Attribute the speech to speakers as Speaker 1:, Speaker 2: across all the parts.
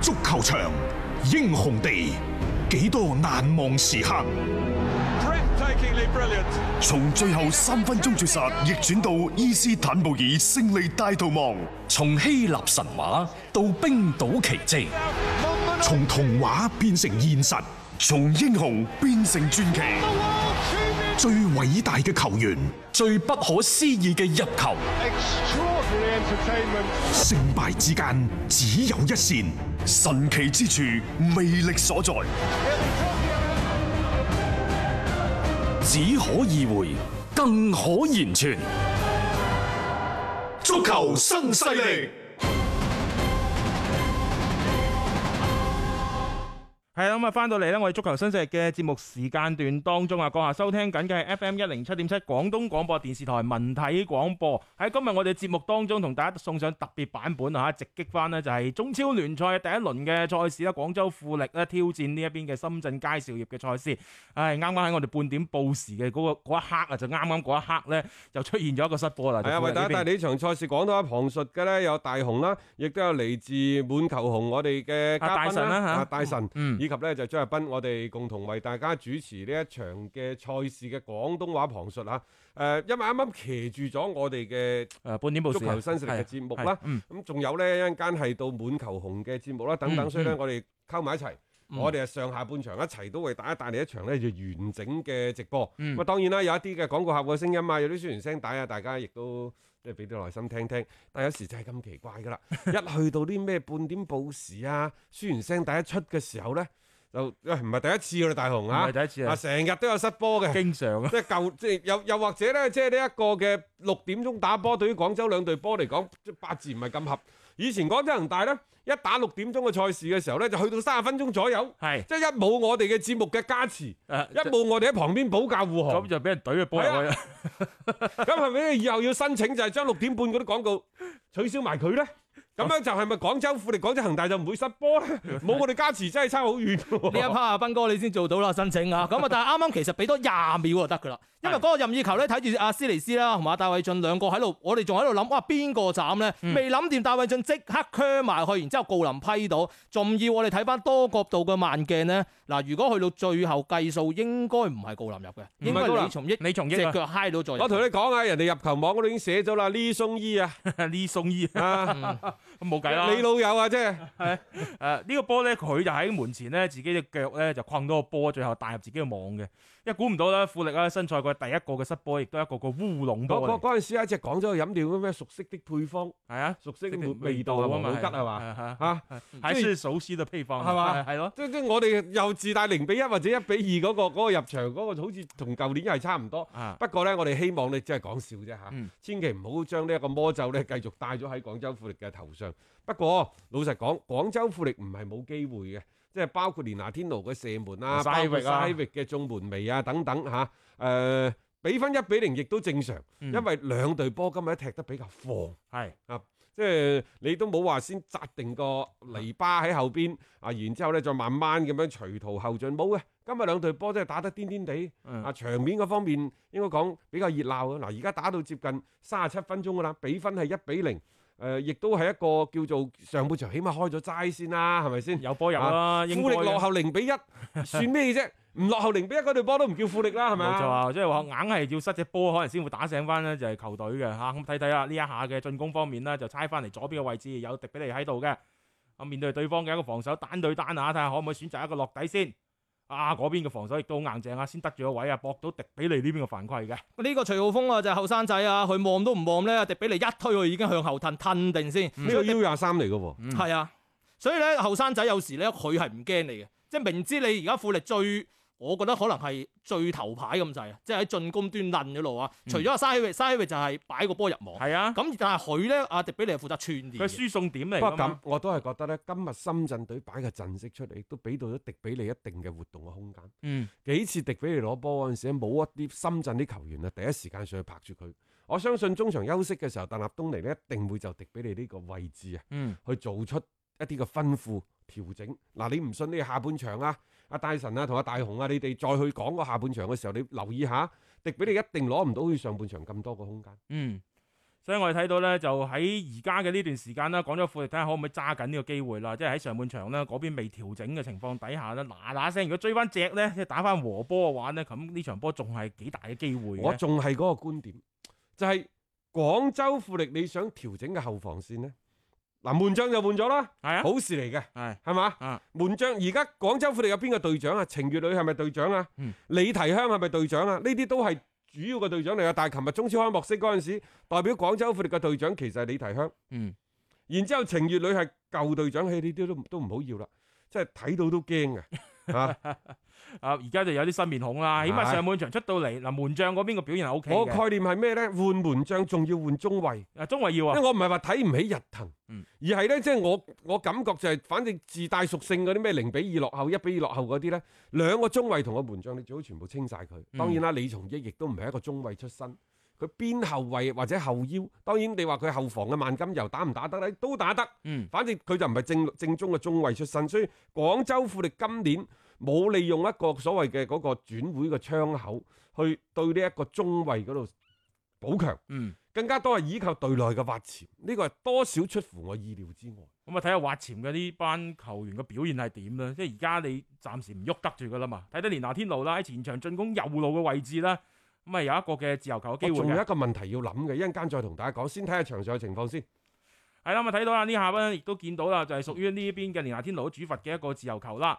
Speaker 1: 足球場，英雄地，幾多難忘時刻。從最後三分鐘絕殺，逆轉到伊斯坦布爾勝利大逃亡；
Speaker 2: 從希臘神話到冰島奇蹟，
Speaker 1: 從童話變成現實，
Speaker 3: 從英雄變成傳奇。
Speaker 1: 最偉大嘅球員，
Speaker 2: 最不可思議嘅入球，
Speaker 1: 勝敗之間只有一線，
Speaker 3: 神奇之處，魅力所在。
Speaker 2: 只可意會，更可言傳。
Speaker 1: 足球新勢力
Speaker 4: 係啦，咁啊，翻到嚟呢，我哋足球新勢力嘅節目時間段當中啊，閣下收聽緊嘅係 FM 一零七點七廣東廣播電視台文體廣播。喺今日我哋節目當中，同大家送上特別版本啊，直擊翻呢就係中超聯賽第一輪嘅賽事啦，廣州富力咧挑戰呢一邊嘅深圳佳兆業嘅賽事。唉，啱啱喺我哋半點報時嘅嗰個嗰一刻啊，就啱啱嗰一刻呢，就出現咗一個失波啦。
Speaker 5: 係啊，為大家帶嚟呢場賽事講到一旁述嘅咧，有大雄啦，亦都有嚟自滿球紅我哋嘅
Speaker 4: 啊
Speaker 5: 嘉
Speaker 4: 大
Speaker 5: 賓
Speaker 4: 神啦嚇
Speaker 5: 啊大神，
Speaker 4: 嗯
Speaker 5: 以及咧就張日斌，我哋共同為大家主持呢一場嘅賽事嘅廣東話旁述嚇。誒，因為啱啱騎住咗我哋嘅
Speaker 4: 誒半點報
Speaker 5: 足
Speaker 4: 時啊
Speaker 5: 球新勢力嘅節目
Speaker 4: 係
Speaker 5: 啦
Speaker 4: 啊，嗯
Speaker 5: 咁仲有咧一陣間係到滿球紅嘅節目啦，等
Speaker 4: 嗯
Speaker 5: 等，所以咧
Speaker 4: 嗯
Speaker 5: 我哋溝埋一齊。
Speaker 4: 嗯
Speaker 5: 我哋係上下半場一齊都為大家帶嚟一場咧就完整嘅直播。咁啊、
Speaker 4: 嗯
Speaker 5: 當然啦，有一啲嘅廣告客戶嘅聲音啊，有啲宣傳聲帶啊，大家亦都即係俾啲耐心聽聽。但有時就係咁奇怪 㗎啦，一去到啲咩半點報時啊，宣傳聲帶一出嘅時候咧，就喂唔係第一次㗎啦，大雄
Speaker 4: 唔
Speaker 5: 啊
Speaker 4: 係，第一次啊
Speaker 5: 啊成日都有失波嘅。
Speaker 4: 經常啊，
Speaker 5: 即係舊，即係又又或者咧，即係呢一個嘅六點鐘打波，對於廣州兩隊波嚟講，即係八字唔係咁合。以前廣州恒大咧，一打六點鐘嘅賽事嘅時候咧，就去到三十分鐘左右，
Speaker 4: 係
Speaker 5: 即係一冇我哋嘅節目嘅加持，一
Speaker 4: 誒
Speaker 5: 冇我哋喺旁邊保駕護
Speaker 4: 咁
Speaker 5: 航，
Speaker 4: 就俾人懟咗波入去啦。
Speaker 5: 咁係咪以後要申請就係將六點半嗰啲廣告取消埋佢咧？咁樣就係咪廣州富力、廣州恒大就唔會失波咧？ 冇我哋加持真係差好遠㗎喎
Speaker 6: 呢一 part 啊，斌哥你先做到啦，申請啊。咁啊，但係啱啱其實俾多廿秒就得噶啦，因為嗰個任意球咧，睇住阿斯尼斯啦，同埋阿戴偉俊兩個喺度，我哋仲喺度諗，哇邊個斬咧？未諗掂，戴偉俊即刻 c 埋去，然之後郜林批到，仲要我哋睇翻多角度嘅慢鏡咧。嗱，如果去到最後計數，應該唔係郜林入嘅，應該
Speaker 5: 高林
Speaker 6: 李松益
Speaker 4: 李松益
Speaker 6: 隻
Speaker 4: 啊
Speaker 6: 腳嗨到再入。
Speaker 5: 我同你講啊，人哋入球網嗰度已經寫咗啦，呢松衣啊，
Speaker 4: 呢送醫
Speaker 5: 啊，
Speaker 4: 咁冇計啦。
Speaker 5: 你老友啊，即係。
Speaker 4: 誒、呢個波咧，佢就喺門前咧，自己隻腳咧就框到個波，最後帶入自己嘅網嘅。一估唔到啦，富力啦，新賽季第一個嘅失波，亦都係一個個烏龍波
Speaker 5: 嗰嗰
Speaker 4: 嚟。
Speaker 5: 嗰陣時啊有一隻廣州嘅飲料咩熟悉的配方、
Speaker 4: 係啊，
Speaker 5: 熟悉的味道啊，黃老吉係嘛？
Speaker 4: 嘛？
Speaker 5: 嚇，
Speaker 4: 係
Speaker 5: 即
Speaker 4: 是
Speaker 5: 係
Speaker 4: 首先嘅配方
Speaker 5: 係嘛
Speaker 4: 係咯，
Speaker 5: 即即我哋又自帶零比一或者一比二嗰個嗰個入場嗰個，好似同舊年係差唔多。
Speaker 4: 啊，
Speaker 5: 不過咧，我哋希望你真係講笑啫嚇
Speaker 4: 嗯，
Speaker 5: 千祈唔好將呢一個魔咒咧繼續帶咗喺廣州富力嘅頭上。不過老實講，廣州富力唔係冇機會嘅，即係包括連拿天奴嘅射門啊，
Speaker 4: 西
Speaker 5: 包
Speaker 4: 域
Speaker 5: 括
Speaker 4: 啊
Speaker 5: 西域嘅中門楣啊等等嚇。誒，比分一比零亦都正常，
Speaker 4: 嗯
Speaker 5: 因為兩隊波今日踢得比較放。
Speaker 4: 係
Speaker 5: 即係你都冇話先扎定個泥巴喺後
Speaker 4: 嗯
Speaker 5: 邊啊，然之後咧再慢慢咁樣隨途後進。冇嘅，啊今日兩隊波真係打得癲癲地
Speaker 4: 嗯
Speaker 5: 啊！場面嗰方面應該講比較熱鬧啊！嗱，而家打到接近三十七分鐘㗎啦，比分係一比零。誒，亦都係一個叫做上半場起碼開咗齋先啦，係咪先？
Speaker 4: 有波入啦，嗯應
Speaker 5: 啊富
Speaker 4: 該
Speaker 5: 力
Speaker 4: 嘅
Speaker 5: 落後零 比一，算咩啫？唔落後零比一嗰隊波都唔叫富力啦，係咪
Speaker 4: 冇錯
Speaker 5: 啊？
Speaker 4: 啊，即係話硬係要失隻波，可能先會打醒翻呢就係球隊嘅嚇。咁睇睇啊啦，呢一下嘅進攻方面呢，就猜翻嚟左邊嘅位置有迪比利喺度嘅。咁面對對方嘅一個防守單對單啊，睇下可唔可以選擇一個落底先。啊，嗰邊嘅防守亦都好硬淨啊，先得住個位啊，搏到迪比利呢邊嘅犯規嘅。
Speaker 6: 呢個徐浩峰啊，就係後生仔啊，佢望都唔望咧，迪比利一推佢已經向後褪褪定先。
Speaker 5: 呢個 U 廿三嚟嘅喎。
Speaker 4: 嗯
Speaker 6: 係啊，所以咧後生仔有時咧佢係唔驚你嘅，即係明知你而家富力最，我覺得可能係最頭牌咁滯啊，即係喺進攻端撚咗路啊。除咗阿沙希域，沙希域就係擺個波入網，
Speaker 4: 嗯係啊，
Speaker 6: 咁但係佢咧阿迪比利係負責串
Speaker 4: 佢
Speaker 6: 連嘅，
Speaker 4: 輸送點嚟
Speaker 5: 不過
Speaker 4: 㗎
Speaker 5: 咁
Speaker 4: 嘛，
Speaker 5: 我都係覺得咧，今日深圳隊擺嘅陣式出嚟，都俾到咗迪比利一定嘅活動嘅空間。
Speaker 4: 嗯，
Speaker 5: 幾次迪比利攞波嗰陣時咧，冇一啲深圳啲球員啊，第一時間上去拍住佢。我相信中場休息嘅時候，鄧立東尼呢一定會就迪比利呢個位置啊，
Speaker 4: 嗯，
Speaker 5: 去做出一啲嘅吩咐調整。嗱，你唔信你下半場啊，阿戴臣啊同阿大雄啊，你哋再去講個下半場嘅時候，你留意下，迪比利一定攞唔到佢上半場咁多個空間。
Speaker 4: 嗯，所以我哋睇到咧，就喺而家嘅呢段時間啦，講咗富力睇下可唔可以揸緊呢個機會啦。即係喺上半場咧嗰邊未調整嘅情況底下咧，嗱嗱聲，如果追翻隻咧，即係打翻和波嘅話咧，咁呢場波仲係幾大嘅機會嘅
Speaker 5: 我仲係嗰個觀點，就係、廣州富力你想調整嘅後防線呢？嗱門將就換咗啦，
Speaker 4: 係啊，
Speaker 5: 好事嚟嘅，
Speaker 4: 係
Speaker 5: 係嘛？
Speaker 4: 啊
Speaker 5: 門將而家廣州富力有邊個隊長啊？程月磊係咪隊長啊？
Speaker 4: 嗯
Speaker 5: 李提香係咪隊長啊？呢啲都係主要嘅隊長嚟啊！但係琴日中超開幕式嗰陣時，代表廣州富力嘅隊長其實係李提香。
Speaker 4: 嗯，
Speaker 5: 然之後程月磊係舊隊長，嘿，呢啲都都唔好要啦，即係睇到都驚嘅啊！
Speaker 4: 啊，而家就有啲新面孔啦。起碼
Speaker 5: 係
Speaker 4: 上半場出到嚟，嗱門將嗰邊個表現係 O K
Speaker 5: 我
Speaker 4: 嘅。
Speaker 5: 概念係咩呢？換門將仲要換中衞。
Speaker 4: 啊，鍾慧耀
Speaker 5: 因
Speaker 4: 啊，
Speaker 5: 為我唔係話睇唔起日騰，
Speaker 4: 嗯
Speaker 5: 而係咧即係我我感覺就係、反正自帶屬性嗰啲咩零比二落後、一比二落後嗰啲咧，兩個中衞同個門將你最好全部清晒佢。
Speaker 4: 嗯
Speaker 5: 當然啦，李松益亦都唔係一個中衞出身，佢邊後衞或者後腰，當然你話佢後防嘅萬金油打唔打得咧，都打得。
Speaker 4: 嗯，
Speaker 5: 反正佢就唔係正正宗嘅中衞出身，所以廣州富力今年冇利用一個所謂嘅嗰個轉會嘅窗口去對呢一個中衞嗰度補強。
Speaker 4: 嗯，
Speaker 5: 更加多係依靠隊內嘅挖潛，呢個係多少出乎我意料之外。
Speaker 4: 咁啊睇下滑潛嘅呢班球員嘅表現係點啦。即係而家你暫時唔喐得住噶啦嘛。睇到連拿天奴啦，喺前場進攻右路嘅位置啦，咁啊有一個嘅自由球嘅機
Speaker 5: 我
Speaker 4: 會
Speaker 5: 仲有
Speaker 4: 嘅
Speaker 5: 一。個問題要諗嘅，一陣間再同大家講，先睇下場上嘅情況先。
Speaker 4: 係啦，咁啊睇到啦，呢下咧亦都見到啦，就係屬於呢邊嘅連拿天奴主罰嘅一個自由球啦。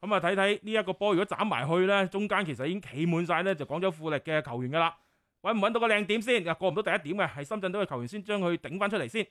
Speaker 4: 咁啊睇睇呢一個波，如果斬埋去咧，中間其實已經企滿晒咧，就廣州富力嘅球員噶啦。揾唔揾到個靚點先？啊又過唔到第一點嘅，係深圳隊嘅球員先將佢頂翻出嚟先。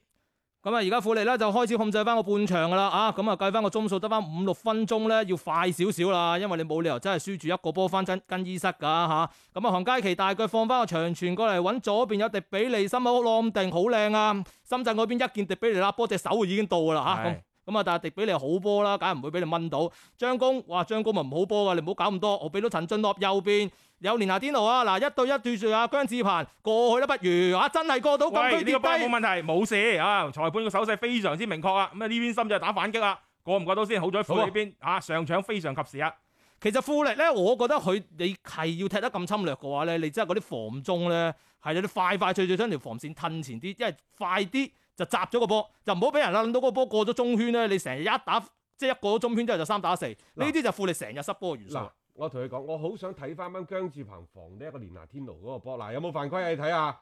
Speaker 6: 咁啊，而家富力咧就開始控制翻個半場噶啦，啊，咁啊計翻個鐘數得翻五六分鐘咧，要快少少啦，因為你冇理由真係輸住一個波翻真更衣室㗎嚇。咁啊，韓佳琪大腳放翻個長傳過嚟揾左邊有迪比利，心口攬定好靚啊！深圳嗰邊一見迪比利啦，波隻手就已經到㗎啦嚇。咁
Speaker 4: 係
Speaker 6: 咁啊！但係迪比利好波啦，梗係唔會俾你掹到。張公哇，張公咪唔好波噶，你唔好搞咁多。我俾到陳俊樂右邊有連拿天奴啊，嗱一對一對住啊姜志鵬過去啦，不如啊真係過到禁
Speaker 4: 喂，
Speaker 6: 區
Speaker 4: 呢
Speaker 6: 跌
Speaker 4: 個波
Speaker 6: 低
Speaker 4: 冇。問題，冇事啊！裁判嘅手勢非常之明確啊！咁啊呢邊深圳打反擊啦，過唔過到先？好在富力呢邊啊上搶非常及時啊！
Speaker 6: 其實富力咧，我覺得佢你係要踢得咁侵略嘅話咧，你真係嗰啲防中咧係你快快脆脆將條防線褪前啲，因為快啲就集咗個波，就唔好俾人啦諗到個波過咗中圈咧，你成日一打即係一過咗中圈之後就三打四，呢啲就富力成日失波嘅元素
Speaker 5: 嗱。，我同你講，我好想睇翻翻姜志鵬防呢一個連拿天奴嗰個波，嗱有冇犯規啊？你睇下，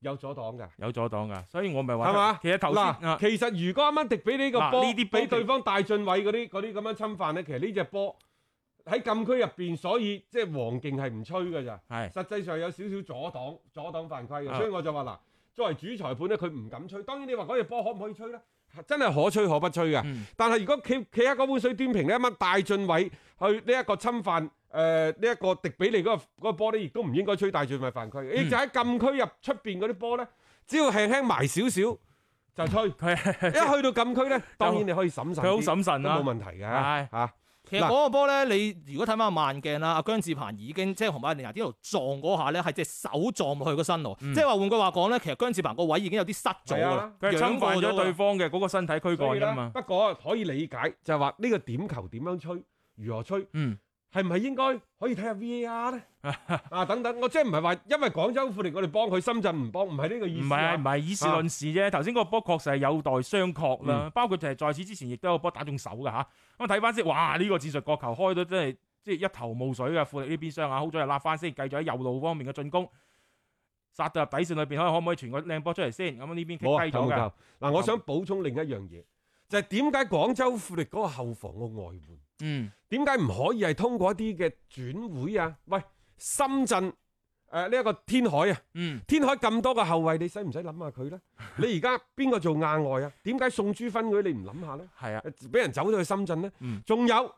Speaker 5: 有阻擋㗎，
Speaker 4: 有阻擋噶，所以我咪話
Speaker 5: 係嘛？
Speaker 4: 其實頭先啊
Speaker 5: 嗱，其實如果啱啱迪比呢個
Speaker 4: 嗱
Speaker 5: 波
Speaker 4: 呢啲波
Speaker 5: 俾
Speaker 4: 其
Speaker 5: 對方大進位嗰啲嗰啲咁樣侵犯咧，其實呢只波喺禁區入邊，所以即係黃勁係唔吹㗎咋。
Speaker 4: 係
Speaker 5: 實際上有少少阻擋阻擋犯規嘅，
Speaker 4: 啊
Speaker 5: 所以我就話嗱，作為主裁判咧，佢唔敢吹。當然你話嗰隻波可唔可以吹咧？真係可吹可不吹嘅。
Speaker 4: 嗯
Speaker 5: 但係如果企企喺嗰碗水端平呢，一乜大進位去呢一個侵犯誒呢一個迪比利嗰、個嗰個波咧，亦都唔應該吹大進位犯規
Speaker 4: 嗯
Speaker 5: 嘅。亦、就喺禁區入出邊嗰啲波咧，只要輕輕埋少少就吹。
Speaker 4: 佢
Speaker 5: 一去到禁區咧，當然你可以審慎啲，
Speaker 4: 佢好審慎啊啦
Speaker 5: 都冇問題嘅
Speaker 4: 係
Speaker 5: 嚇。
Speaker 6: 其實嗰個波咧，你如果睇翻個慢鏡啊啦，阿姜志鵬已經即係紅馬連拿啲度撞嗰下咧，係隻手撞落去個身度，即係話換句話講咧，其實姜志鵬個位已經有啲失咗㗎啦，
Speaker 4: 嗯佢係侵犯
Speaker 6: 仰過㗎
Speaker 4: 咗
Speaker 6: 啦
Speaker 4: 對方嘅嗰個身體軀
Speaker 5: 所
Speaker 4: 幹
Speaker 5: 以
Speaker 4: 噶
Speaker 5: 咧
Speaker 4: 嘛，
Speaker 5: 不過可以理解，就係話呢個點球點樣吹，如何吹，
Speaker 4: 嗯
Speaker 5: 係唔係應該可以睇下 VAR 咧？啊，等等，我即係唔係話因為廣州富力我哋幫佢，深圳唔幫，唔係呢個意
Speaker 4: 唔
Speaker 5: 思
Speaker 4: 係唔
Speaker 5: 啊。
Speaker 4: 係以事論事啫。頭先嗰個波確實係有待商榷啦，
Speaker 5: 嗯
Speaker 4: 包括就係在此之前亦都有個波打中手噶吓。咁啊睇翻先，哇！呢、個戰術角球開到真係即係一頭霧水嘅富力呢邊雙眼，好在係立翻先，繼續喺右路方面嘅進攻，殺到入底線裏邊，可可唔可以傳個靚波出嚟先？咁啊呢邊
Speaker 5: 冇啊，
Speaker 4: 傾低
Speaker 5: 夠唔
Speaker 4: 咗嘅，
Speaker 5: 夠嗱，我想補充另一樣嘢，就係點解廣州富力嗰個後防個外援，
Speaker 4: 嗯
Speaker 5: 點解唔可以係通過一啲嘅轉會啊？喂，深圳誒呢一個天海啊！
Speaker 4: 嗯，
Speaker 5: 天海咁多個後衞，你使唔使諗下佢呢？你而家邊個做亞外啊？點解送朱芬嗰啲你唔諗下呢？
Speaker 4: 係啊，
Speaker 5: 誒俾人走咗去深圳呢
Speaker 4: 嗯？
Speaker 5: 仲、有，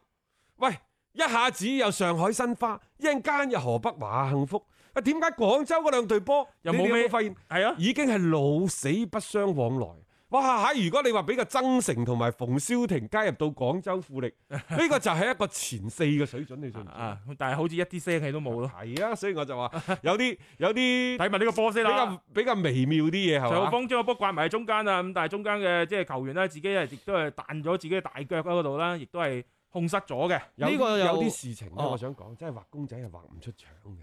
Speaker 5: 喂，一下子有上海申花，一陣間又河北華夏幸福。啊，點解廣州嗰兩隊波
Speaker 4: 又
Speaker 5: 你
Speaker 4: 冇
Speaker 5: 哋有
Speaker 4: 咩
Speaker 5: 冇發現
Speaker 4: 係啊，
Speaker 5: 已經係老死不相往來？哇！如果你話俾個曾誠同埋馮瀟霆加入到廣州 富力，呢個就係一個前四嘅水準，你信唔信？
Speaker 4: 啊，但係好似一啲聲氣都冇咯。
Speaker 5: 係啊，所以我就話有啲有啲
Speaker 4: 睇埋呢個波先
Speaker 5: 比
Speaker 4: 啦
Speaker 5: 較。比較微妙啲嘢係
Speaker 4: 徐浩
Speaker 5: 嘛？
Speaker 4: 峰將個波刮埋喺中間啊，咁但係中間嘅即係球員咧，自己係亦都係彈咗自己嘅大腳嗰度啦，亦都係控失咗嘅。
Speaker 5: 有
Speaker 6: 呢個又
Speaker 5: 有啲事情咧，
Speaker 6: 哦
Speaker 5: 我想講，真係畫公仔係畫唔出腸嘅。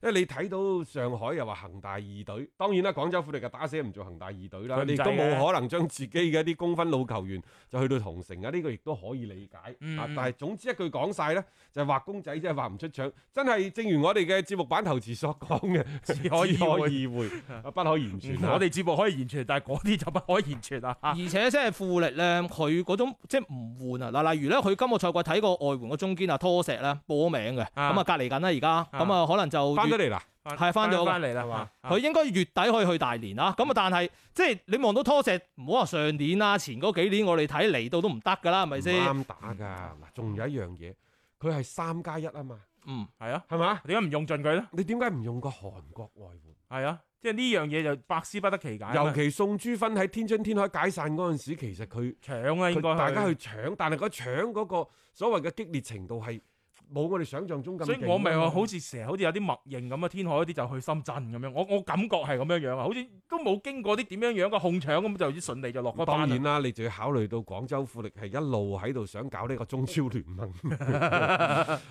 Speaker 5: 因為你睇到上海又話恒大二隊，當然啦，廣州富力就打死唔做恒大二隊
Speaker 4: 佢
Speaker 5: 啦，
Speaker 4: 唔
Speaker 5: 你亦
Speaker 4: 制啊
Speaker 5: 都
Speaker 4: 嘅
Speaker 5: 冇可能將自己嘅一啲公分老球員就去到同城啊，呢、個亦都可以理解。
Speaker 4: 嗯
Speaker 5: 啊
Speaker 4: 嗯
Speaker 5: 但係總之一句講晒咧，就係、畫公仔真係畫唔出腸，真係正如我哋嘅節目版頭詞所講 嘅，只
Speaker 4: 可意會
Speaker 5: 可意會，啊不 可言傳啊。
Speaker 4: 嗯我哋節目可以言傳，但係嗰啲就不可以言傳啦。
Speaker 6: 而且即係富力咧，佢嗰種即係唔換啊！嗱，例如咧，佢今個賽季睇過外援個中堅啊，拖石咧報咗名嘅，咁
Speaker 4: 啊
Speaker 6: 啊隔離緊啦而家，咁啊可能就
Speaker 5: 翻
Speaker 6: 越
Speaker 5: 咗嚟啦，
Speaker 6: 係返咗㗎
Speaker 4: 翻嚟
Speaker 5: 係
Speaker 4: 啦
Speaker 5: 嘛，
Speaker 4: 啊
Speaker 6: 佢應該月底可以去大連啦。咁啊，但係即係你望到拖石，唔好話上年啦，前嗰幾年我哋睇嚟到都唔得㗎啦，係咪
Speaker 5: 唔
Speaker 6: 先？
Speaker 5: 啱打啊㗎。嗱，仲有一樣嘢，佢係三加一啊嘛，
Speaker 6: 嗯，
Speaker 4: 係啊，
Speaker 5: 係嘛？
Speaker 4: 點解唔用盡佢咧？
Speaker 5: 你點解唔用個韓國外援？
Speaker 4: 係啊，即係呢樣嘢就百思不得其解啊嘛。
Speaker 5: 尤其宋朱芬喺天津天海解散嗰陣時，其實佢
Speaker 4: 搶啊，應該
Speaker 5: 佢大家去搶，但係嗰搶嗰個所謂嘅激烈程度係冇我哋想象中咁勁
Speaker 4: 所
Speaker 5: 啊嘛。
Speaker 4: 以我咪話好似成日好似有啲默認咁啊，天海嗰啲就去深圳咁樣，我我感覺係咁樣樣啊，好似都冇經過啲點樣樣嘅控搶咁就已經順利就落嗰
Speaker 5: 當
Speaker 4: 班啦啊
Speaker 5: 然。啦，你就要考慮到廣州富力係一路喺度想搞呢個中超 聯盟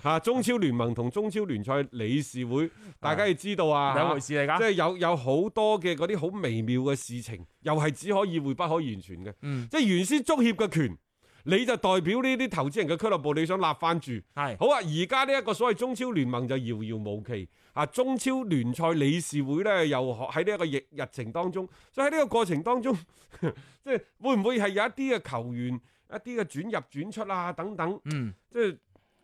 Speaker 5: 啊，中超聯盟同中超聯賽理事會，大家要知道啊，
Speaker 4: 兩回事嚟
Speaker 5: 即
Speaker 4: 㗎。
Speaker 5: 係有有好多嘅嗰啲好微妙嘅事情，又係只可意會不可完全嘅。
Speaker 4: 嗯，
Speaker 5: 即係原先足協嘅權，你就代表呢啲投資人嘅俱樂部，你想立翻住。
Speaker 4: 係
Speaker 5: 好啊，而家呢一個所謂中超聯盟就遙遙無期啊！中超聯賽理事會呢，又學喺呢一個日日程當中，所以喺呢個過程當中， 即係會唔會係有一啲嘅球員、一啲嘅轉入轉出啊等等，
Speaker 4: 嗯，
Speaker 5: 即係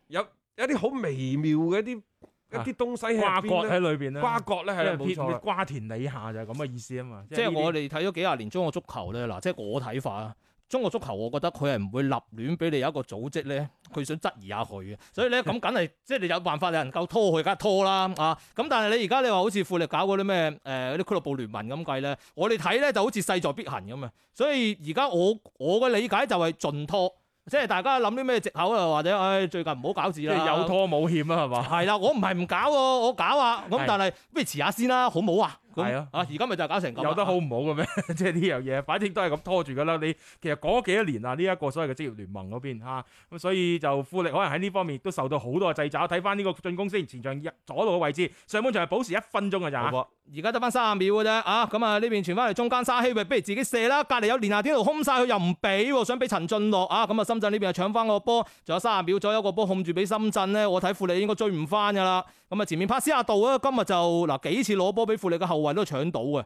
Speaker 5: 有有一啲好微妙嘅一啲一
Speaker 4: 啊
Speaker 5: 啲東西喺
Speaker 4: 瓜
Speaker 5: 入邊
Speaker 4: 葛喺
Speaker 5: 咧，
Speaker 4: 裏邊啦，啊
Speaker 5: 瓜葛咧係啦
Speaker 4: 因為
Speaker 5: 冇錯啦。
Speaker 4: 瓜田李下就係咁嘅意思啊嘛。
Speaker 6: 即
Speaker 4: 呢
Speaker 6: 係
Speaker 4: 啲
Speaker 6: 我哋睇咗幾廿年中國足球咧，嗱，即係我睇法啊。中國足球，我覺得佢係唔會立亂俾你有一個組織咧，佢想質疑下佢嘅，所 以咧咁梗係即係你有辦法能夠拖佢，梗係拖啦啊！咁但係你而家你話好似富力搞嗰啲咩誒嗰啲俱樂部聯盟咁計咧，我哋睇咧就好似勢在必行咁啊！所以而家我我嘅理解就係盡拖，即係大家諗啲咩藉口啊，或者唉、最近唔好搞事
Speaker 4: 即
Speaker 6: 啦，
Speaker 4: 係有拖冇欠啊，係嘛？
Speaker 6: 係啦，我唔係唔搞喎，我搞啊，咁
Speaker 4: 係
Speaker 6: 但係不如遲下先啦，好唔好啊？咁
Speaker 4: 係啊
Speaker 6: 啊而家咪就係搞成咁啊，
Speaker 4: 有得好唔好嘅咩？ 即係呢樣嘢，反正都係咁拖住㗎啦。你其實講咗幾多年啦，啊呢、一個所謂嘅職業聯盟嗰邊嚇，咁、所以就富力可能喺呢方面都受到好多嘅掣肘。睇翻呢個進攻先，前場入左路嘅位置，上半場係保持一分鐘㗎咋
Speaker 5: 冇。錯
Speaker 6: 而家得翻三十秒嘅啫，啊咁啊呢邊傳翻嚟中間沙希域，不如自己射啦。隔離有連下天度空晒，佢又唔俾喎，想俾陳俊樂啊。咁啊深圳呢邊又搶翻個波，仲有三十秒左右個波控住俾深圳咧。我睇富力應該追唔翻㗎啦。咁啊前面帕斯亞道啊，今日就嗱幾次攞波俾富力嘅後衞都搶到嘅。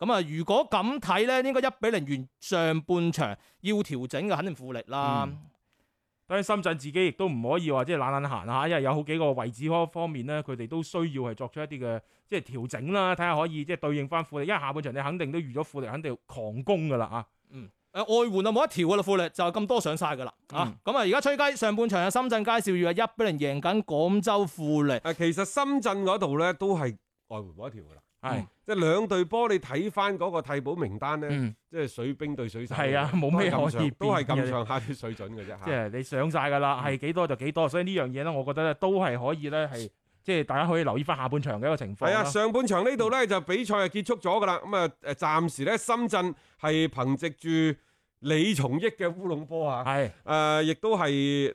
Speaker 6: 咁啊如果咁睇咧，應該一比零完上半場要調整嘅，肯定富力啦。
Speaker 4: 嗯當然深圳自己亦都唔可以話即係懶懶閒嚇，因為有好幾個位置嗰方面咧，佢哋都需要係作出一啲嘅即係調整啦，睇下可以即係對應翻富力。因為下半場你肯定都預咗富力肯定要狂攻㗎啦啊！
Speaker 6: 誒外援啊就冇得調噶啦，富力就係咁多上晒㗎啦。啊
Speaker 4: 嗯，
Speaker 6: 咁啊而家吹雞上半場啊，深圳佳兆業啊一比零贏緊廣州富力。
Speaker 5: 啊，其實深圳嗰度呢，都係外援嗰一條㗎啦，嗯
Speaker 4: 係
Speaker 5: 即係兩隊波你睇翻嗰個替補名單呢。
Speaker 4: 嗯。
Speaker 5: 即係水兵對水手，
Speaker 4: 係啊冇咩
Speaker 5: 都係
Speaker 4: 可
Speaker 5: 咁
Speaker 4: 以
Speaker 5: 上都係
Speaker 4: 變嘅
Speaker 5: 咁上下啲水準嘅啫嚇。啊
Speaker 4: 即係你上晒㗎啦，
Speaker 5: 嗯
Speaker 4: 係幾多就幾多，所以呢樣嘢咧，我覺得咧都係可以咧，係即係大家可以留意翻下半場嘅一個情況
Speaker 5: 係啊，
Speaker 4: 啦。
Speaker 5: 上半場呢度呢，就比賽就結束咗㗎啦。咁啊誒，暫時呢，深圳係憑藉住李松益嘅烏龍波啊，
Speaker 4: 係
Speaker 5: 誒亦都係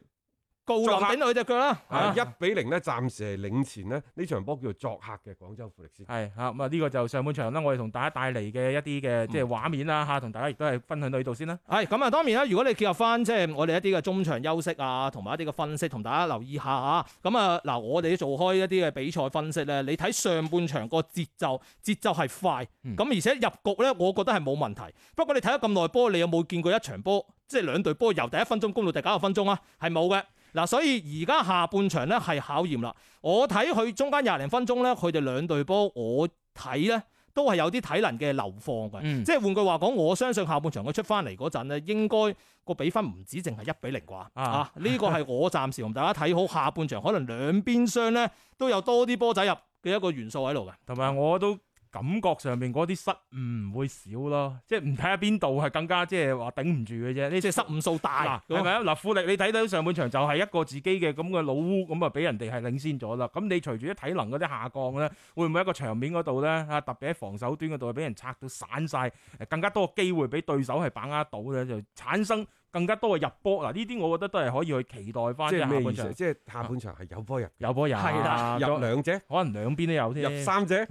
Speaker 6: 告林頂到佢只腳啦。
Speaker 5: 啊
Speaker 4: 啊
Speaker 5: 一比零呢，暫時係領前呢。呢場波叫做作客嘅廣州富力先。
Speaker 4: 係嚇，咁啊呢個就上半場啦，我哋同大家帶嚟嘅一啲
Speaker 5: 嗯
Speaker 4: 嘅即係畫面啦嚇，同大家亦都係分享到呢度先啦。
Speaker 6: 係咁啊，當然啦，如果你結合翻即係我哋一啲嘅中場休息啊，同埋一啲嘅分析，同大家留意下啊。咁啊，嗱，我哋做開一啲嘅比賽分析咧，你睇上半場個節奏，節奏係快，咁、
Speaker 4: 嗯
Speaker 6: 而且入局咧，我覺得係冇問題。不過你睇咗咁耐波，你有冇見過一場波，即係兩隊波由第一分鐘攻到第九十分鐘啊？係冇嘅。嗱，所以而家下半場咧係考驗啦。我睇佢中間廿零分鐘咧，佢哋兩隊波，我睇咧都係有啲體能嘅流放嘅。
Speaker 4: 嗯
Speaker 6: 即係換句話講，我相信下半場佢出翻嚟嗰陣咧，應該個比分唔止淨係一比零啩。啊，呢個係我暫時同大家睇好下半場，可能兩邊廂咧都有多啲波仔入嘅一個元素喺度嘅。
Speaker 4: 同埋我都感覺上面嗰啲失誤唔會少咯，即係唔睇下邊度係更加即係話頂唔住嘅啫。呢
Speaker 6: 即係失誤數
Speaker 4: 嗱
Speaker 6: 大，，
Speaker 4: 係咪啊？嗱，富力你睇到上半場就係一個自己嘅咁嘅老烏，咁啊俾人哋係領先咗啦。咁你隨住啲體能嗰啲下降咧，會唔會一個場面嗰度咧啊？特別喺防守端嗰度俾人拆到散晒，誒更加多機會俾對手係把握到咧，就產生更加多嘅入波。嗱，呢啲我覺得都係可以去期待翻，
Speaker 5: 即
Speaker 4: 係
Speaker 5: 係
Speaker 4: 下
Speaker 5: 咩
Speaker 4: 半
Speaker 5: 意思？
Speaker 4: 場啊
Speaker 5: 即係下半場係有波入，
Speaker 4: 有波入，
Speaker 6: 係啦
Speaker 5: 入兩隻，
Speaker 4: 可能兩邊都有添。
Speaker 5: 入 三隻，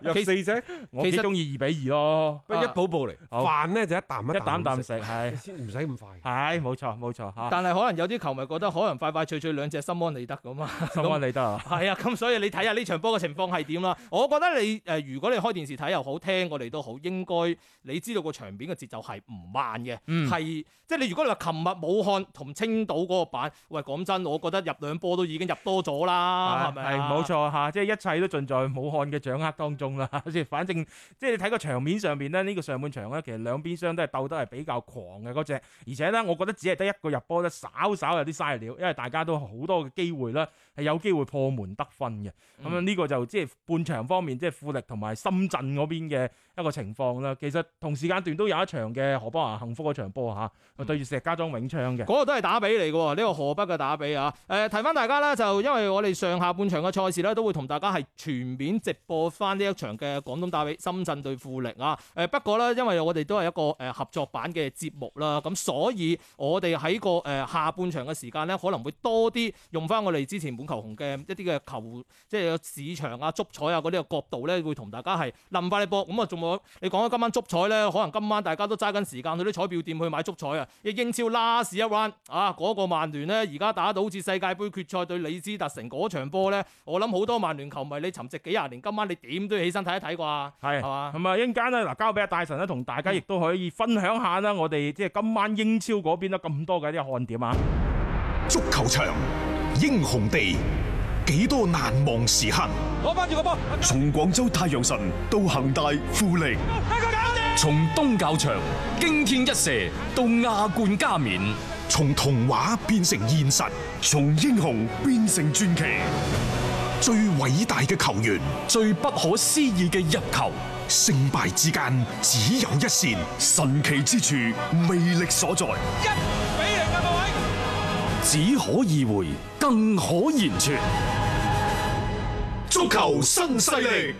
Speaker 5: 入
Speaker 6: 其
Speaker 5: 四隻，
Speaker 4: 我幾
Speaker 6: 其實
Speaker 4: 中意二比二咯，
Speaker 5: 不過一步步嚟。
Speaker 4: 啊好
Speaker 5: 飯咧就一啖
Speaker 4: 一
Speaker 5: 一
Speaker 4: 啖
Speaker 5: 啖
Speaker 4: 啖
Speaker 5: 咁
Speaker 4: 食係
Speaker 5: 先唔使咁快。
Speaker 4: 係冇錯冇錯嚇，
Speaker 6: 但係可能有啲球迷覺得可能快快脆脆兩隻心安理得咁啊，
Speaker 4: 心安理得啊！
Speaker 6: 係啊，咁所以你睇下呢場波嘅情況係點啦。我覺得你誒、呃如果你開電視睇又好，聽我哋都好，應該你知道個場面嘅節奏係唔慢嘅，係、
Speaker 4: 嗯
Speaker 6: 即係你如果你話琴日武漢同青島嗰個版，喂講真，我覺得入兩波都已經入多咗啦，係咪啊
Speaker 4: 冇錯嚇，即係一切都盡在武漢嘅掌握當中啦。 即係反正即係你睇個場面上邊咧，呢、個上半場咧，其實兩邊雙都係鬥得係比較狂嘅嗰只，而且咧，我覺得只係得一個入波咧，稍稍有啲嘥料，因為大家都好多嘅機會啦，係有機會破門得分嘅。咁
Speaker 6: 嗯
Speaker 4: 啊，呢個就即係半場方面，即係富力同埋深圳嗰邊嘅一個情況啦。其實同時間段都有一場嘅河北華夏幸福嗰場波嚇，
Speaker 6: 嗯
Speaker 4: 對住石家莊永昌嘅。
Speaker 6: 嗰個都係打比嚟嘅喎，呢個河北嘅打比啊！誒、提翻大家啦，就因為我哋上下半場嘅賽事咧，都會同大家係全面直播翻呢一場嘅廣東打比深圳對富力啊！誒、不過咧，因為我哋都係一個誒、合作版嘅節目啦，咁所以我哋喺個誒、下半場嘅時間咧，可能會多啲用翻我哋之前本球紅嘅一啲嘅球，即係市場啊、足彩啊嗰啲嘅角度咧，會同大家係冧翻你波。咁啊，仲有你講咗今晚足彩咧，可能今晚大家都揸緊時間去啲彩票店去買足彩啊！英超拉屎一 round 啊，嗰、個曼聯咧，而家打到好似世界盃決賽對李斯特城嗰場波咧，我諗好多曼聯球迷你沉寂幾廿年，今晚你點都要起身睇一睇啩，
Speaker 4: 係
Speaker 6: 係嘛？
Speaker 4: 咁啊，一陣間咧，嗱，交俾阿大神咧，同大家亦都可以分享下啦，我哋即係今晚英超嗰邊咧咁多嘅一啲看點啊！
Speaker 3: 足球場，英雄地，幾多難忘時刻。攞翻住個波。從廣州太陽神到恒大富力，
Speaker 2: 從東較場驚天一射到亞冠加冕，
Speaker 3: 從童話變成現實，從英雄變成傳奇。最偉大嘅球員，
Speaker 2: 最不可思議嘅入球，
Speaker 3: 勝敗之間只有一線，神奇之處，魅力所在。
Speaker 2: 只可意會，更可言傳。
Speaker 3: 足球新勢力。